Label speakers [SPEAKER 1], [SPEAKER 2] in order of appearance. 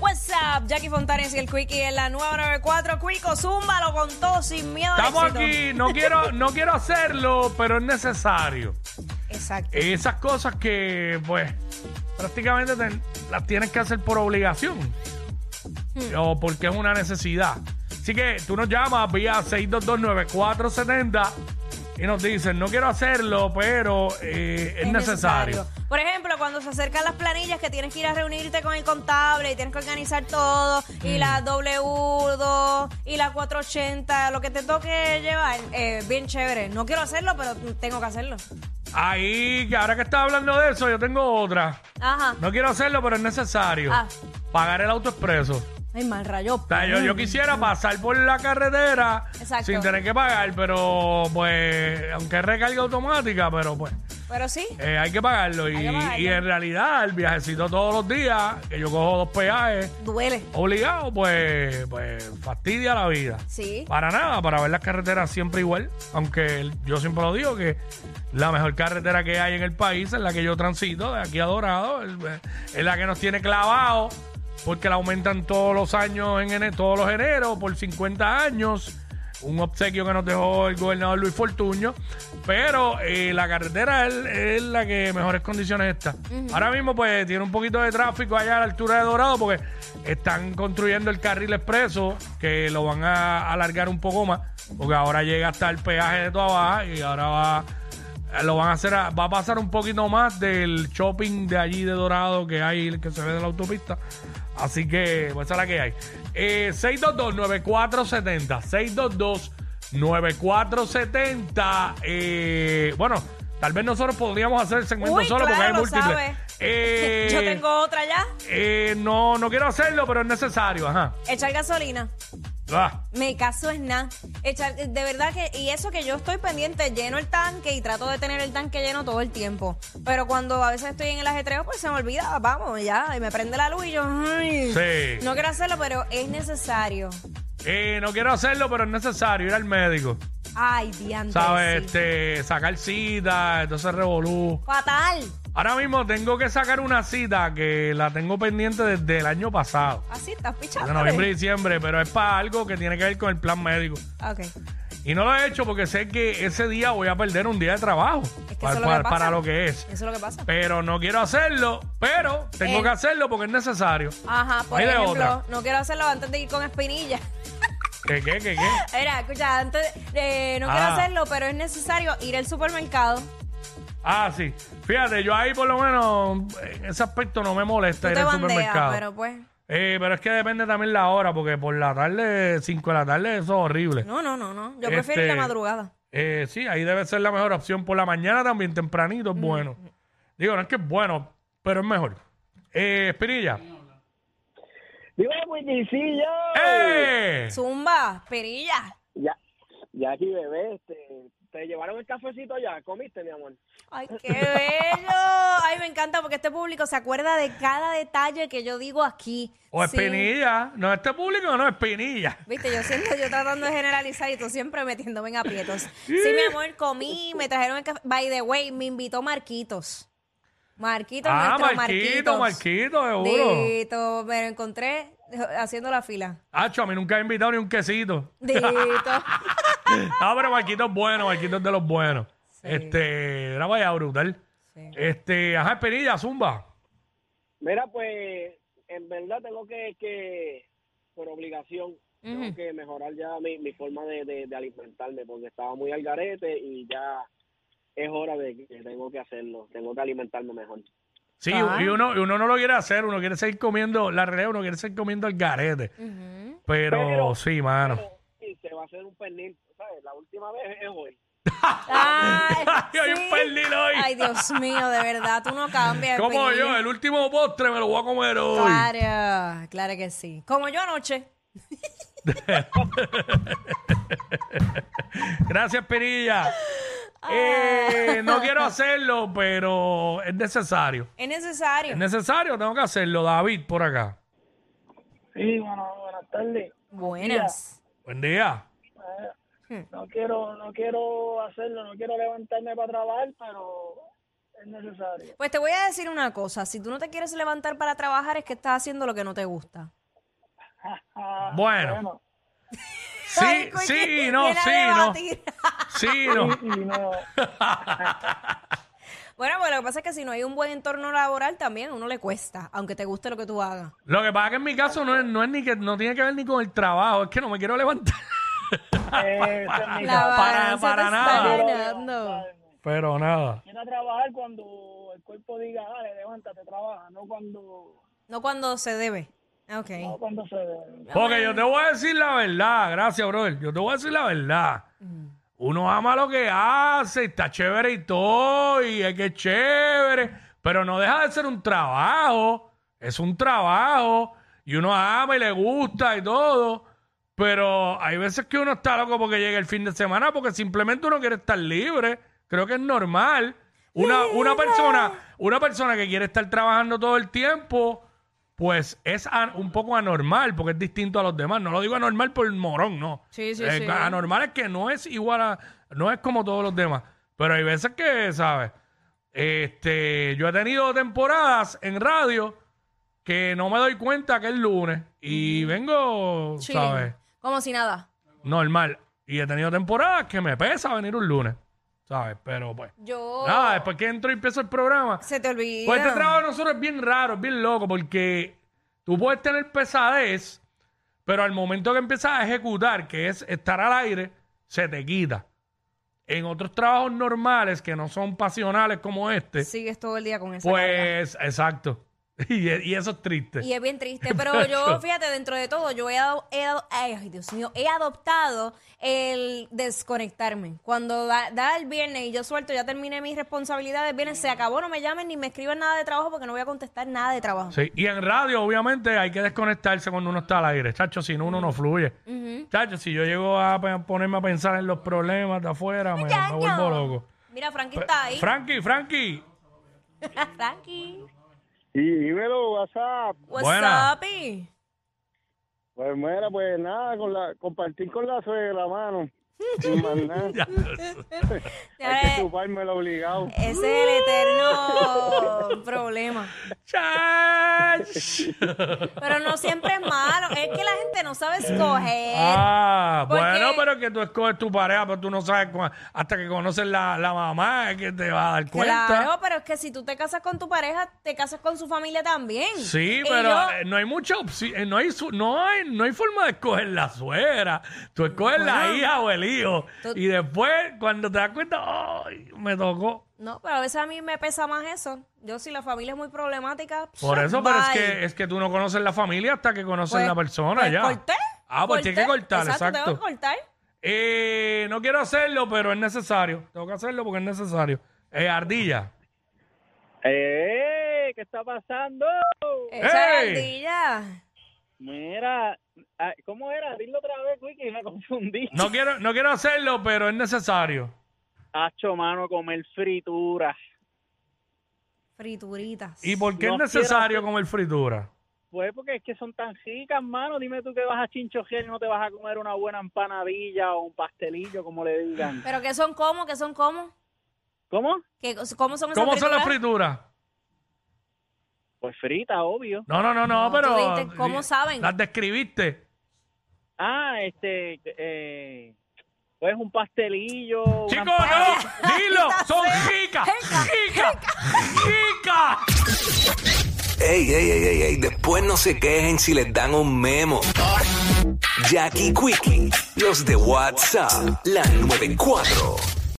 [SPEAKER 1] WhatsApp. Jackie Fontanes y el Quickie en la 994. Quico, zúmbalo con todo sin miedo al
[SPEAKER 2] Estamos
[SPEAKER 1] éxito.
[SPEAKER 2] aquí, no quiero, no quiero hacerlo, pero es necesario.
[SPEAKER 1] Exacto.
[SPEAKER 2] Esas cosas que, pues, prácticamente te- las tienes que hacer por obligación o porque es una necesidad. Así que tú nos llamas vía 6229470 y nos dicen, no quiero hacerlo, pero eh, es, necesario.
[SPEAKER 1] Por ejemplo, cuando se acercan las planillas que tienes que ir a reunirte con el contable y tienes que organizar todo, y la
[SPEAKER 2] Mm.
[SPEAKER 1] W2 y la 480, lo que te toque llevar, eh, bien chévere. No quiero hacerlo, pero tengo que hacerlo.
[SPEAKER 2] Ahí, que ahora que estás hablando de eso, yo tengo otra.
[SPEAKER 1] Ajá.
[SPEAKER 2] No quiero hacerlo, pero es necesario.
[SPEAKER 1] Ah.
[SPEAKER 2] Pagar el auto expreso.
[SPEAKER 1] Ay, mal rayo.
[SPEAKER 2] O sea, yo, yo quisiera pasar por la carretera
[SPEAKER 1] Mm. Exacto.
[SPEAKER 2] sin tener que pagar, pero pues, aunque es recarga automática, pero pues,
[SPEAKER 1] Pero sí.
[SPEAKER 2] eh, hay que pagarlo. Y,
[SPEAKER 1] que pagarlo.
[SPEAKER 2] y en realidad, el viajecito todos los días, que yo cojo dos peajes
[SPEAKER 1] Duele.
[SPEAKER 2] obligados, pues, pues fastidia la vida.
[SPEAKER 1] Sí.
[SPEAKER 2] Para nada, para ver las carreteras siempre igual, aunque el- yo siempre lo digo que la mejor carretera que hay en el país es la que yo transito de aquí a Dorado, el- es la que nos tiene clavado porque la aumentan todos los años en ene- todos los enero por 50 años, un obsequio que nos dejó el gobernador Luis Fortuño, pero eh, la carretera es, es la que mejores condiciones está. Ahora mismo pues tiene un poquito de tráfico allá a la altura de Dorado porque están construyendo el carril expreso que lo van a alargar un poco más porque ahora llega hasta el peaje de toda baja y ahora va Eh, lo van a hacer a- va a pasar un poquito más del shopping de allí de Dorado que hay que se ve de la autopista así que pues, esa es la que hay eh, 622-9470 622-9470 eh, bueno tal vez nosotros podríamos hacer el segmento
[SPEAKER 1] Uy,
[SPEAKER 2] solo porque hay
[SPEAKER 1] claro,
[SPEAKER 2] múltiples
[SPEAKER 1] sabe.
[SPEAKER 2] Eh,
[SPEAKER 1] Yo tengo otra ya.
[SPEAKER 2] eh, no, no quiero hacerlo, pero es necesario, ajá.
[SPEAKER 1] Echar gasolina.
[SPEAKER 2] Ah,
[SPEAKER 1] Me caso es nada. Echar- De verdad que, y eso que yo estoy pendiente, lleno el tanque y trato de tener el tanque lleno todo el tiempo. Pero cuando a veces estoy en el ajetreo, pues se me olvida, vamos, ya, y me prende la luz y yo, ay,
[SPEAKER 2] Sí.
[SPEAKER 1] no quiero hacerlo, pero es necesario.
[SPEAKER 2] eh, no quiero hacerlo, pero es necesario ir al médico.
[SPEAKER 1] Ay, diantre.
[SPEAKER 2] ¿Sabes?
[SPEAKER 1] sí.
[SPEAKER 2] Este, sacar cita, entonces revolú.
[SPEAKER 1] Fatal.
[SPEAKER 2] Ahora mismo tengo que sacar una cita que la tengo pendiente desde el año pasado.
[SPEAKER 1] Así estás pichando.
[SPEAKER 2] De noviembre y diciembre, pero es para algo que tiene que ver con el plan médico.
[SPEAKER 1] Ok.
[SPEAKER 2] Y no lo he hecho porque sé que ese día voy a perder un día de trabajo.
[SPEAKER 1] Es que
[SPEAKER 2] para,
[SPEAKER 1] eso es lo que
[SPEAKER 2] para-
[SPEAKER 1] pasa.
[SPEAKER 2] para lo que es.
[SPEAKER 1] Eso es lo que pasa.
[SPEAKER 2] Pero no quiero hacerlo, pero tengo
[SPEAKER 1] Eh.
[SPEAKER 2] que hacerlo porque es necesario.
[SPEAKER 1] Ajá, por
[SPEAKER 2] Hay de
[SPEAKER 1] ejemplo,
[SPEAKER 2] otra.
[SPEAKER 1] no quiero hacerlo antes de ir con espinilla.
[SPEAKER 2] ¿Qué, qué, qué, qué?
[SPEAKER 1] Era, escucha, antes, eh, no
[SPEAKER 2] Ah.
[SPEAKER 1] quiero hacerlo, pero es necesario ir al supermercado.
[SPEAKER 2] Ah, sí. Fíjate, yo ahí por lo menos en ese aspecto no me molesta
[SPEAKER 1] Tú
[SPEAKER 2] ir
[SPEAKER 1] te
[SPEAKER 2] al
[SPEAKER 1] bandeas,
[SPEAKER 2] supermercado.
[SPEAKER 1] pero pues.
[SPEAKER 2] Eh, pero es que depende también la hora, porque por la tarde, 5 de la tarde, eso es horrible.
[SPEAKER 1] No, no, no, no. Yo prefiero ir
[SPEAKER 2] Este-
[SPEAKER 1] la madrugada.
[SPEAKER 2] Eh, sí, ahí debe ser la mejor opción. Por la mañana también, tempranito,
[SPEAKER 1] Mm.
[SPEAKER 2] es bueno. Digo, no es que es bueno, pero es mejor. Eh, Espinilla.
[SPEAKER 1] Oh.
[SPEAKER 3] Digo, Wikicillo.
[SPEAKER 2] ¡Eh!
[SPEAKER 1] Zumba, perilla.
[SPEAKER 3] Ya, ya aquí, bebé, este, te llevaron el cafecito ya, comiste, mi amor.
[SPEAKER 1] Ay, qué bello. Ay, me encanta porque este público se acuerda de cada detalle que yo digo aquí.
[SPEAKER 2] O
[SPEAKER 1] Sí.
[SPEAKER 2] Espinilla. No, este público no, Espinilla.
[SPEAKER 1] Viste, yo siento, yo tratando de generalizar y tú siempre metiéndome en aprietos. Sí, mi amor, comí, me trajeron el café. By the way, me invitó Marquitos. Marquitos,
[SPEAKER 2] Ah,
[SPEAKER 1] nuestro Marquitos.
[SPEAKER 2] Marquito, Marquito, seguro.
[SPEAKER 1] Dito, me lo encontré haciendo la fila.
[SPEAKER 2] Hacho, a mí nunca he invitado ni un quesito.
[SPEAKER 1] Dito.
[SPEAKER 2] Ah, pero Marquito es bueno, Marquito es de los buenos. Este, era vaya brutal.
[SPEAKER 1] Sí.
[SPEAKER 2] Este, ajá, Espinilla, Zumba.
[SPEAKER 3] Mira, pues, en verdad tengo que, que por obligación, tengo que mejorar ya mi, mi forma de, de- de alimentarme, porque estaba muy al garete y ya es hora de que tengo que hacerlo, tengo que alimentarme mejor.
[SPEAKER 2] Sí,
[SPEAKER 1] Ah.
[SPEAKER 2] y uno, y uno no lo quiere hacer, uno quiere seguir comiendo, la realidad, uno quiere seguir comiendo el garete.
[SPEAKER 1] Ujú.
[SPEAKER 2] Pero,
[SPEAKER 3] Pero-
[SPEAKER 2] sí, mano.
[SPEAKER 3] Y se va a hacer un pernil, ¿sabes? La última vez es hoy.
[SPEAKER 1] Ay,
[SPEAKER 2] Ay, hay un
[SPEAKER 1] Ah, sí.
[SPEAKER 2] pernil hoy.
[SPEAKER 1] Ay, Dios mío, de verdad, tú no cambias.
[SPEAKER 2] Como
[SPEAKER 1] Pili.
[SPEAKER 2] yo, el último postre me lo voy a comer hoy.
[SPEAKER 1] Claro, claro que sí. Como yo anoche.
[SPEAKER 2] Gracias, Pirilla.
[SPEAKER 1] Ah.
[SPEAKER 2] Eh, no quiero hacerlo, pero es necesario.
[SPEAKER 1] Es necesario.
[SPEAKER 2] Es necesario, tengo que hacerlo, David, por acá.
[SPEAKER 3] Sí, bueno, buenas tardes.
[SPEAKER 1] Buenas.
[SPEAKER 2] Buen día.
[SPEAKER 3] no quiero no quiero hacerlo no quiero levantarme para trabajar pero es necesario
[SPEAKER 1] Pues te voy a decir una cosa. Si tú no te quieres levantar para trabajar, es que estás haciendo lo que no te gusta.
[SPEAKER 2] Bueno. Sí,
[SPEAKER 1] Ay, coño,
[SPEAKER 2] sí, no,
[SPEAKER 1] viene a
[SPEAKER 2] sí, no.
[SPEAKER 1] debatir.
[SPEAKER 2] Sí, no.
[SPEAKER 3] Y no,
[SPEAKER 1] Bueno, pues lo que pasa es que si no hay un buen entorno laboral también, a uno le cuesta, aunque te guste lo que tú hagas.
[SPEAKER 2] Lo que pasa que en mi caso no es, no es ni que no tiene que ver ni con el trabajo, es que no me quiero levantar.
[SPEAKER 3] ese es mi
[SPEAKER 2] La
[SPEAKER 3] caso.
[SPEAKER 2] para- para
[SPEAKER 1] te
[SPEAKER 2] nada.
[SPEAKER 1] está llenando.
[SPEAKER 2] Pero nada.
[SPEAKER 3] Viene a trabajar cuando el cuerpo diga, dale, levántate, trabaja, no cuando,
[SPEAKER 1] No cuando se debe. Ah, Ok.
[SPEAKER 3] no cuando se... debe.
[SPEAKER 2] Porque yo te voy a decir la verdad, gracias, brother. Yo te voy a decir la verdad. Uno ama lo que hace, está chévere y todo, y es que es chévere, pero no deja de ser un trabajo. Es un trabajo, y uno ama y le gusta y todo. Pero hay veces que uno está loco porque llega el fin de semana, porque simplemente uno quiere estar libre. Creo que es normal. Una, una persona, una persona que quiere estar trabajando todo el tiempo, pues es an- un poco anormal, porque es distinto a los demás. No lo digo anormal por el morón, no.
[SPEAKER 1] Sí, sí,
[SPEAKER 2] Eh,
[SPEAKER 1] sí.
[SPEAKER 2] Anormal es que no es igual a, no es como todos los demás. Pero hay veces que, ¿sabes? Este, yo he tenido temporadas en radio que no me doy cuenta que es lunes y vengo,
[SPEAKER 1] Chilling.
[SPEAKER 2] ¿sabes?
[SPEAKER 1] Como si nada.
[SPEAKER 2] normal. Y he tenido temporadas que me pesa venir un lunes, ¿sabes? Pero pues.
[SPEAKER 1] Yo.
[SPEAKER 2] Nada, después que entro y empiezo el programa.
[SPEAKER 1] Se te olvida.
[SPEAKER 2] Pues este trabajo de nosotros es bien raro, es bien loco, porque tú puedes tener pesadez, pero al momento que empiezas a ejecutar, que es estar al aire, se te quita. En otros trabajos normales que no son pasionales como este,
[SPEAKER 1] Sigues todo el día con esa carga.
[SPEAKER 2] pues exacto. Y, y eso es triste.
[SPEAKER 1] Y es bien triste, pero yo, fíjate, dentro de todo, yo he, ado- he ado- ay, Dios mío, he adoptado el desconectarme. Cuando da, da el viernes y yo suelto, ya terminé mis responsabilidades, viernes se acabó, no me llamen ni me escriban nada de trabajo porque no voy a contestar nada de trabajo.
[SPEAKER 2] Sí, y en radio, obviamente, hay que desconectarse cuando uno está al aire. Chacho, si no, uno no fluye. Chacho, si yo llego a pe- ponerme a pensar en los problemas de afuera, me, me vuelvo loco.
[SPEAKER 1] Mira, Frankie está ahí.
[SPEAKER 2] Frankie, Frankie.
[SPEAKER 1] Frankie.
[SPEAKER 4] Y dímelo, WhatsApp.
[SPEAKER 1] What's
[SPEAKER 2] Buena.
[SPEAKER 1] up, y?
[SPEAKER 4] Pues mira, pues nada, con la, compartir con la suegra, mano. Y más nada.
[SPEAKER 2] Ya,
[SPEAKER 4] Hay que
[SPEAKER 1] Eh,
[SPEAKER 4] chupármelo obligado.
[SPEAKER 1] Ese es el eterno problema.
[SPEAKER 2] Chach.
[SPEAKER 1] Pero no siempre es malo. Es que la gente no sabe escoger.
[SPEAKER 2] Ah,
[SPEAKER 1] Eh, Porque-
[SPEAKER 2] bueno, pero que tú escoges tu pareja, pero tú no sabes cuán- hasta que conoces la, la mamá es que te vas a dar cuenta.
[SPEAKER 1] Claro, pero es que si tú te casas con tu pareja, te casas con su familia también.
[SPEAKER 2] Sí,
[SPEAKER 1] Y
[SPEAKER 2] pero
[SPEAKER 1] yo-
[SPEAKER 2] eh, no hay mucha opción, no hay, su- no hay no hay forma de escoger la suegra. Tú escoges la hija o el hijo
[SPEAKER 1] Tú-
[SPEAKER 2] y después cuando te das cuenta, ay, me tocó.
[SPEAKER 1] No, pero a veces a mí me pesa más eso. Yo si la familia es muy problemática.
[SPEAKER 2] Por
[SPEAKER 1] psh,
[SPEAKER 2] eso, pero es
[SPEAKER 1] bye.
[SPEAKER 2] que es que tú no conoces la familia hasta que conoces
[SPEAKER 1] Pues-
[SPEAKER 2] la persona
[SPEAKER 1] pues
[SPEAKER 2] ya.
[SPEAKER 1] corté,
[SPEAKER 2] Ah, pues
[SPEAKER 1] corté.
[SPEAKER 2] tienes que cortar,
[SPEAKER 1] Exacto,
[SPEAKER 2] exacto.
[SPEAKER 1] tengo que cortar.
[SPEAKER 2] Eh, no quiero hacerlo, pero es necesario. Tengo que hacerlo porque es necesario. Eh, ardilla.
[SPEAKER 4] ¡Eh! ¿Qué está pasando?
[SPEAKER 1] Esa
[SPEAKER 2] ¡Ey!
[SPEAKER 1] ardilla.
[SPEAKER 4] Mira, ah, ¿cómo era? Dilo otra vez, Wiki, me confundí.
[SPEAKER 2] No quiero, no quiero hacerlo, pero es necesario.
[SPEAKER 4] Hacho, mano, comer fritura.
[SPEAKER 1] Frituritas.
[SPEAKER 2] ¿Y por qué
[SPEAKER 4] No
[SPEAKER 2] es
[SPEAKER 4] quiero
[SPEAKER 2] necesario comer fritura?
[SPEAKER 4] Pues porque es que son tan ricas, mano. Dime tú que vas a chinchojear y no te vas a comer una buena empanadilla o un pastelillo, como le digan.
[SPEAKER 1] ¿Pero qué son cómo? ¿Qué son cómo?
[SPEAKER 4] ¿Cómo?
[SPEAKER 1] ¿Qué, ¿Cómo son esas
[SPEAKER 2] ¿Cómo son las
[SPEAKER 1] frituras?
[SPEAKER 2] frituras?
[SPEAKER 4] Pues frita, obvio.
[SPEAKER 2] No, no, no,
[SPEAKER 1] No,
[SPEAKER 2] no,
[SPEAKER 1] tú
[SPEAKER 2] pero.
[SPEAKER 1] dijiste, ¿cómo
[SPEAKER 2] eh,
[SPEAKER 1] saben?
[SPEAKER 2] Las describiste.
[SPEAKER 4] Ah, este, eh, pues un pastelillo. una
[SPEAKER 2] Chicos,
[SPEAKER 4] empanada.
[SPEAKER 2] no, dilo, son ricas, ricas, ricas.
[SPEAKER 5] Ey, ey, ey, ey, ey, después no se quejen si les dan un memo. Jackie Quickie, los de WhatsApp, la 94.